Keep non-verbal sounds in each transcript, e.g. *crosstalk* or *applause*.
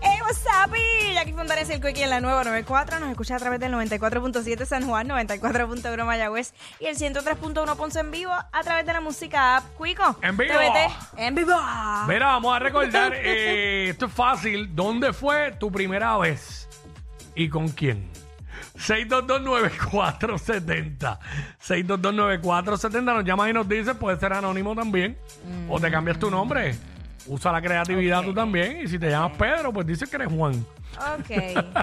Hey, what's up? Y Jackie Fontanes, el Quickie en la nueva 94. Nos escucha a través del 94.7 San Juan, 94.1 Mayagüez y el 103.1 Ponce en vivo a través de la música app Cuico. En vivo. TVT, en vivo. Mira, vamos a recordar, eh, esto es fácil. ¿Dónde fue tu primera vez? ¿Y con quién? 6229470. 6229470 nos llamas y nos dices, puede ser anónimo también. O te cambias tu nombre. Usa la creatividad tú también. Y si te llamas Pedro, pues dices que eres Juan. Ok.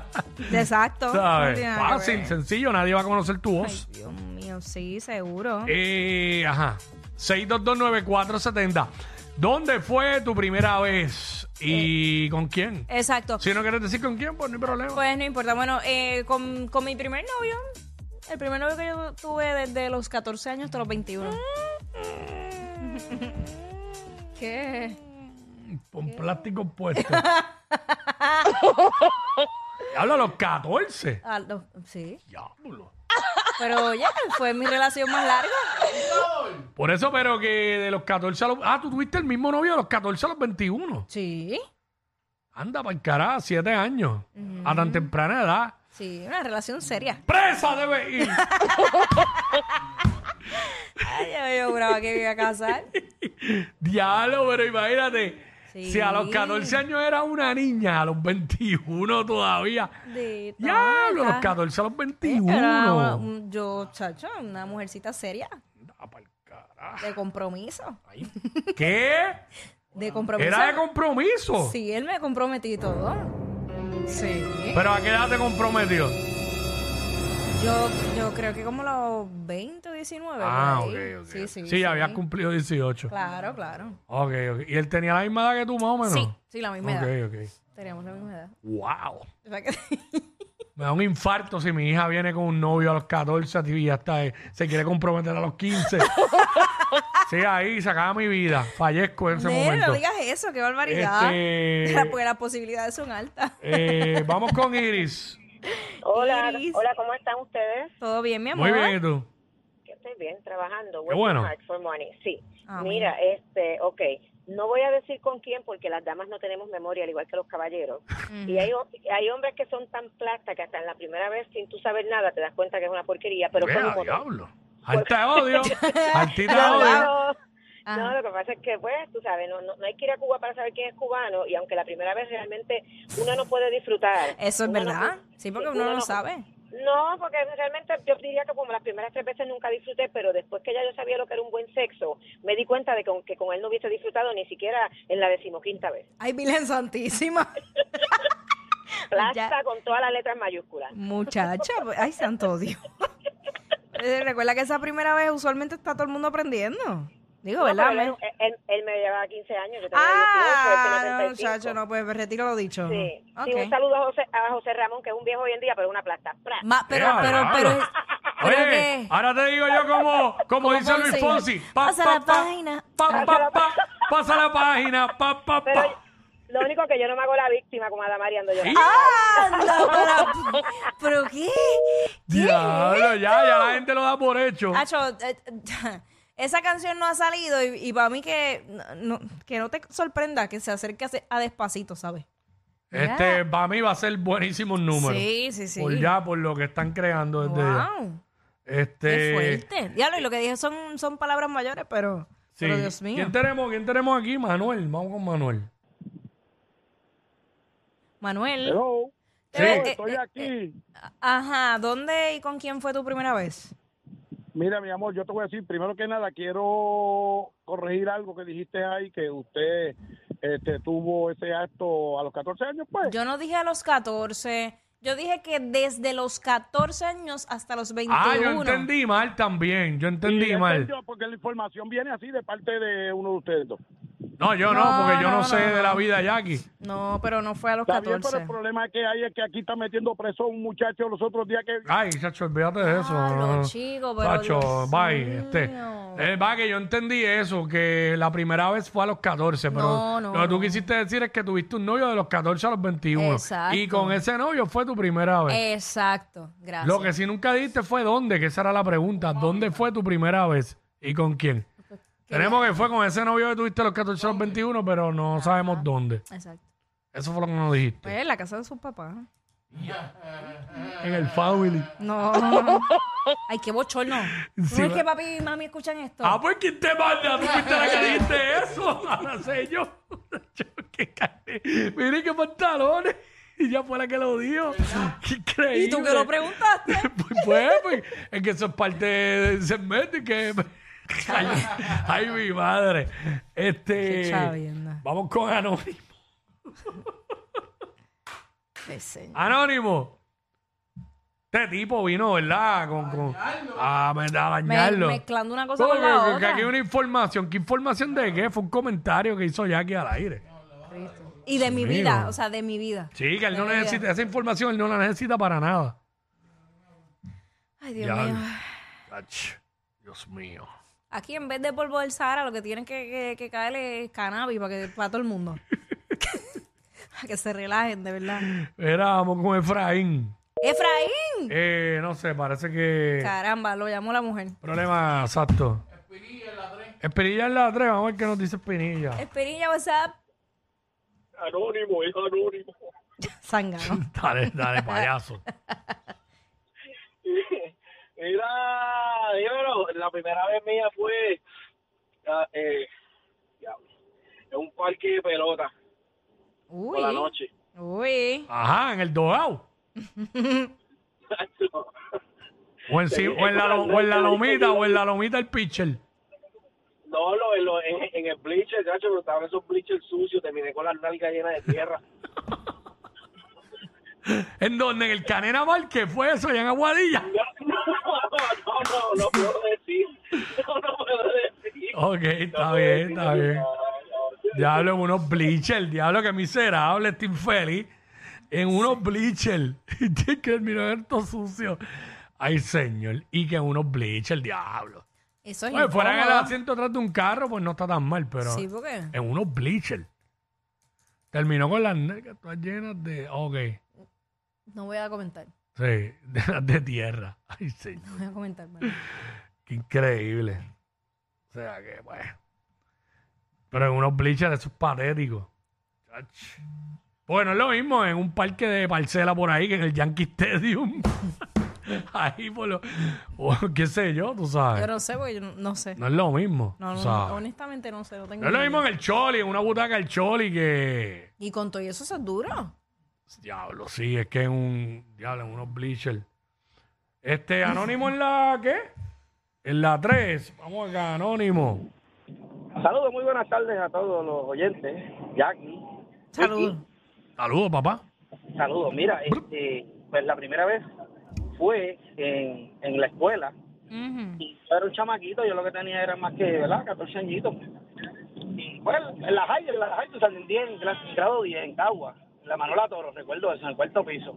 *laughs* Exacto. No ¿Sabes? tiene nada que Fácil, ver. sencillo, nadie va a conocer tu voz. Ay, Dios mío, sí, seguro. Eh, ajá. 6229470. ¿Dónde fue tu primera vez? ¿Y con quién? Exacto. Si no quieres decir con quién, pues no hay problema. Pues no importa. Bueno, eh, con, con mi primer novio, el primer novio que yo tuve desde los 14 años hasta los 21. Mm, *laughs* ¿Qué? Pues, Con plástico puesto. *laughs* Habla a los 14. Ah, no, sí. Diablo. Pero ya, fue mi relación más larga. Por eso, pero que de los 14 a los. Ah, tú tuviste el mismo novio de los 14 a los 21. Sí. Anda, para carajo, 7 años. A tan temprana edad. Sí, una relación seria. ¡Presa debe *laughs* ir! Ay, yo, yo juraba que me iba a casar. Diablo, pero imagínate. Sí. Si a los 14 años era una niña, a los 21 todavía. Dito, Diablo, a los acá. 14 a los Era 21. un- yo, chacho, una mujercita seria, Anda Ah, pa'l carajo. de compromiso. Ay, ¿Qué? De compromiso. Era de compromiso. Sí, él me comprometí y todo. Sí. Pero a qué edad te comprometió. Yo, yo creo que como los 20 o 19. Ah, por ok, ahí. ok. Sí, sí. sí, habías cumplido 18. Claro, claro. Ok, ok. ¿Y él tenía la misma edad que tú, más o menos? Sí, sí, la misma edad. Ok, ok. Teníamos la misma edad. Wow. O sea que- *laughs* Me da un infarto si mi hija viene con un novio a los 14 tío, y hasta eh, se quiere comprometer a los *laughs* 15. sí, ahí se acaba mi vida. Fallezco en ese Nel, momento. no digas eso, qué barbaridad. *laughs* Este, Porque las posibilidades son altas. *laughs* eh, vamos con Iris. Hola, Iris. hola, ¿cómo están ustedes? Todo bien, mi amor. Muy bien, ¿y tú? Yo estoy bien, trabajando. Qué bueno. Working hard for money, sí. Ah, Mira, este, ok, no voy a decir con quién porque las damas no tenemos memoria, al igual que *laughs* los caballeros. Y hay, ho- hay hombres que son tan plastas que hasta en la primera vez, sin tú saber nada, te das cuenta que es una porquería, pero Vea, por un motor. diablo. Alta *laughs* de odio. Altita de No, odio. no, Ajá. no, lo que pasa es que, pues, tú sabes, no, no, no hay que ir a Cuba para saber quién es cubano y aunque la primera vez realmente uno no puede disfrutar. Eso es Uno no verdad. pu- sí, porque uno no lo sabe. No, porque realmente yo diría que como las primeras tres veces nunca disfruté, pero después que ya yo sabía lo que era un buen sexo, me di cuenta de que, que con él no hubiese disfrutado ni siquiera en la decimoquinta vez. Ay, Virgen Santísima. *laughs* Plasta Ya. con todas las letras mayúsculas. Muchacha, pues, ay, santo Dios. *laughs* Eh, Recuerda que esa primera vez usualmente está todo el mundo aprendiendo. Digo, No, ¿verdad? pero él, Men? él- él me llevaba 15 años, yo tenía 18, él Ah, tenía no, muchacho, 35. no, pues retiro lo dicho. Sí. Ok. Sí, un saludo a José, a José Ramón, que es un viejo hoy en día, pero es una plasta. ¡Pra! Ma- pero, Ea, pero, pero, diablo. pero Oye, ah. que- ahora te digo yo como, como dice Luis Fonsi. Pa, Pasa pa, la pa, página. Pa, pa, pa, pasa la página. Pa, pa, Pero pa. lo único que yo no me hago la víctima como Adamari ando llorando. ¡Ah! no, pero, ¿pero qué? Diablo, ya, ya la gente lo da por hecho. Acho, eh, eh, *laughs* esa canción no ha salido y, y para mí que no, no- que no te sorprenda que se acerque a se- a despacito, ¿sabes? Este, para mí va a ser buenísimo el número. Sí, sí, sí. Por ya, por lo que están creando desde ya. wow, qué Este. fuerte. Diablo, y lo que dije son, son palabras mayores, pero, sí. pero Dios mío. ¿Quién tenemos, ¿Quién tenemos aquí? Manuel. Vamos con Manuel. Manuel. Hello. Sí. Hello, Eh, estoy eh, aquí. Ajá, ¿dónde y con quién fue tu primera vez? Mira, mi amor, yo te voy a decir, primero que nada, quiero corregir algo que dijiste ahí, que usted este, tuvo ese acto a los 14 años, pues. Yo no dije a los 14, Yo dije que desde los 14 años hasta los 21. Ah, yo entendí mal también. Yo entendí Y mal. entendió, porque la información viene así de parte de uno de ustedes dos. No, yo no, No, porque yo no, no, sé no, de la no. vida de Jackie. No, pero no fue a los Está bien, pero 14. el problema que hay es que aquí está metiendo preso a un muchacho los otros días que... Ay, chacho, olvídate de eso. Ah, no, lo no. chico, pero Chacho, Dios bye. mío. Este, eh, va que yo entendí eso, que la primera vez fue a los 14, pero No, no, lo que tú no. quisiste decir es que tuviste un novio de los 14 a los 21. Exacto. Eh, Y con ese novio fue tu primera vez. Exacto, gracias. Lo que sí nunca dijiste fue dónde, que esa era la pregunta. ¿Dónde fue tu primera vez y con quién? Tenemos que fue con ese novio que tuviste los 14 a los 21, pero no sabemos dónde. Exacto. Eso fue lo que nos dijiste. Pues en la casa de sus papás. En el family. *laughs* No. Ay, qué bochorno. Sí, no es va- que papi y mami escuchan esto. Ah, pues ¿quién te manda? Tú fuiste la que dijiste eso. *laughs* Ahora sé yo. Yo, qué carne. Miren qué pantalones. *laughs* Y ya fue la que lo dijo. Qué Increíble. ¿Y tú que lo *laughs* preguntaste? *laughs* pues, pues, pues, es que eso es parte del segmento y que... *laughs* ay, ay, mi madre. Este... Qué chavienda. Vamos con Anónimo. Ay, señor. Anónimo. Este tipo vino, ¿verdad? Con, con... Ah, me da a Me- bañarlo. mezclando una cosa No, con la que- que otra. aquí hay una información. ¿Qué información de qué? Fue un comentario que hizo Jackie al aire. Y de mi mío. vida, o sea, de mi vida. Sí, que él no De mi vida. necesita, esa información él no la necesita para nada. Ay, Dios Ya. mío. Ach, Dios mío. Aquí en vez de polvo del Sahara, lo que tienen que, que, que caer es cannabis para, que, para todo el *laughs* mundo. para que se relajen, de verdad. Era, vamos con Efraín. Efraín. Eh, no sé, parece que... Caramba, lo llamó la mujer. Problema exacto. Espinilla en la 3. Espinilla en la 3, vamos a ver qué nos dice Espinilla. Espinilla, WhatsApp. Anónimo, es anónimo. Sangano. *laughs* Dale, dale, *laughs* payaso. Mira, dímelo, la primera vez mía fue ah, eh, diablo, en un parque de pelota por la Uy. noche. Uy. Ajá, en el *laughs* dogao. O, encima- o en la, lo- o en la lomita, o en la lomita el pitcher. No, lo, lo- en, en el bleacher, gacho, pero estaban esos bleachers sucios, terminé con las nalgas llenas de tierra. *laughs* ¿En dónde? ¿En el Canena Bar? ¿Qué fue eso? ¿Ya en Aguadilla? No, no, no, no puedo decir. No, no puedo decir. Ok, está bien, está bien. Diablo, en unos bleachers. Diablo, qué miserable este infeliz. En unos bleachers. *laughs* que terminó de ver todo sucio. Ay, señor. Y que en unos bleachers, diablo. Eso es Oye, fuera en el incómodo. asiento atrás de un carro, pues no está tan mal, pero Sí, porque... en unos bleachers. Terminó con las nalgas todas llenas de... Ok, No voy a comentar. *laughs* sí, *laughs* de, de tierra. Ay, señor. No voy a comentar. María. Qué increíble. O sea que, bueno. Pero en unos bleachers eso es patético. Chach. Bueno, es lo mismo en un parque de parcela por ahí que en el Yankee Stadium. *laughs* ahí por lo. O qué sé yo, tú Yo sabes. no sé, porque yo no, no sé. No es lo mismo. No, tú no, sabes. honestamente no sé. No tengo No es lo ni mismo idea. en el Choli, en una butaca del Choli que. Y con todo y eso se duro. Diablo, sí, es que en un. Diablo, en unos bleachers. Este, Anónimo en la. ¿Qué? En la 3. Vamos acá, Anónimo. Saludos, muy buenas tardes a todos los oyentes. Jackie, Saludos. Saludos, papá. saludos. Mira, este, pues la primera vez fue en, en la escuela. Y yo era un chamaquito, yo lo que tenía era más que, ¿verdad? 14 añitos. Y pues en la high, en la high, tú salí en 10, en gra- en grado 10, en Cagua. en La Manola Toro, recuerdo eso, en el cuarto piso.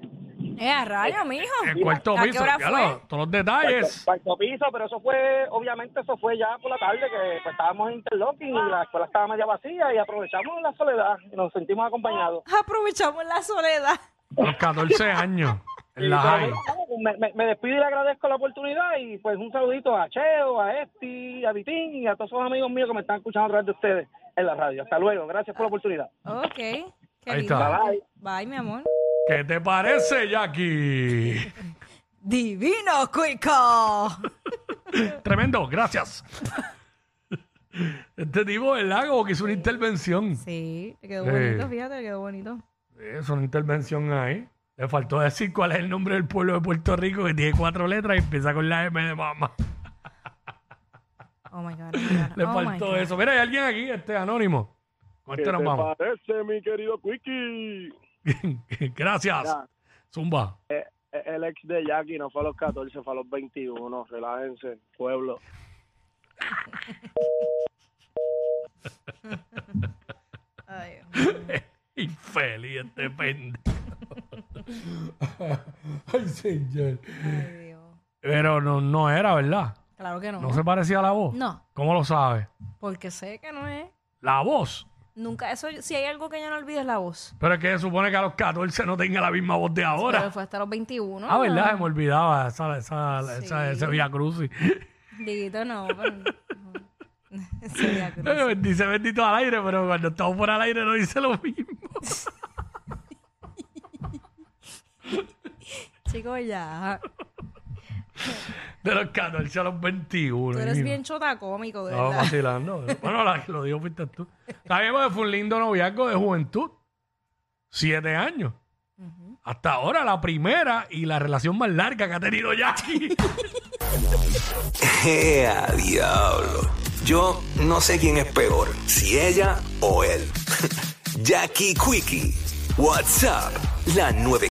Eh, a rayo, mijo. El cuarto ¿A qué piso, hora ya fue? lo- todos los detalles. Cuarto piso, pero eso fue, obviamente, eso fue ya por la tarde que pues, estábamos en Interlocking y la escuela estaba media vacía y aprovechamos la soledad y nos sentimos acompañados. Aprovechamos la soledad. A los 14 años. En la Pero high. bueno, Me, me- me despido y le agradezco la oportunidad y pues un saludito a Cheo, a Esti, a Vitín y a todos esos amigos míos que me están escuchando a través de ustedes en la radio. Hasta luego, gracias por la oportunidad. Ok. Qué Ahí lindo. está. Bye. Bye, mi amor. ¿Qué te parece, Jackie? Divino, Cuico. Tremendo, gracias. este tipo, ¿verdad? Como que hizo una intervención. Sí, le quedó Sí. bonito, fíjate, le quedó bonito. Es una intervención ahí. Le faltó decir cuál es el nombre del pueblo de Puerto Rico que tiene cuatro letras y empieza con la M de mamá. Oh my God. oh my God, Le oh my faltó God. eso. Mira, hay alguien aquí, este anónimo. Con este nos vamos. parece, mi querido Quickie? *laughs* Gracias. Zumba. E- El ex de Jackie no fue a los 14, fue a los 21. Relájense, pueblo. Ay, *laughs* Infeliz este pendejo. *laughs* Ay, señor. ay, Dios. Pero no, no era, ¿verdad? Claro que no. No se parecía a la voz. No, ¿Cómo lo sabes? porque sé que no es. La voz. Nunca, eso, si hay algo que yo no olvido es la voz. Pero es que se supone que a los 14 no tenga la misma voz de Pero ahora. fue hasta los 21. Ah, ¿verdad? Se me olvidaba esa, esa, esa- ese Via Crucis. *laughs* Diguito no, pero no. *laughs* Sí, ya creo. Eh, Dice bendito al aire, pero cuando estamos fuera al aire no dice lo mismo. Chicos, ya. De los 14 a los 21. Tú eres mira. bien chota cómico, de Estaba verdad. vacilando. bueno, la que lo digo fuiste tú. Está bien porque fue un lindo noviazgo de juventud. Siete años. Hasta ahora la primera y la relación más larga que ha tenido Jackie. *laughs* ¡Ea, diablo! Yo no sé quién es peor, si *laughs* ella o él. Jackie Quickie, WhatsApp, la 9.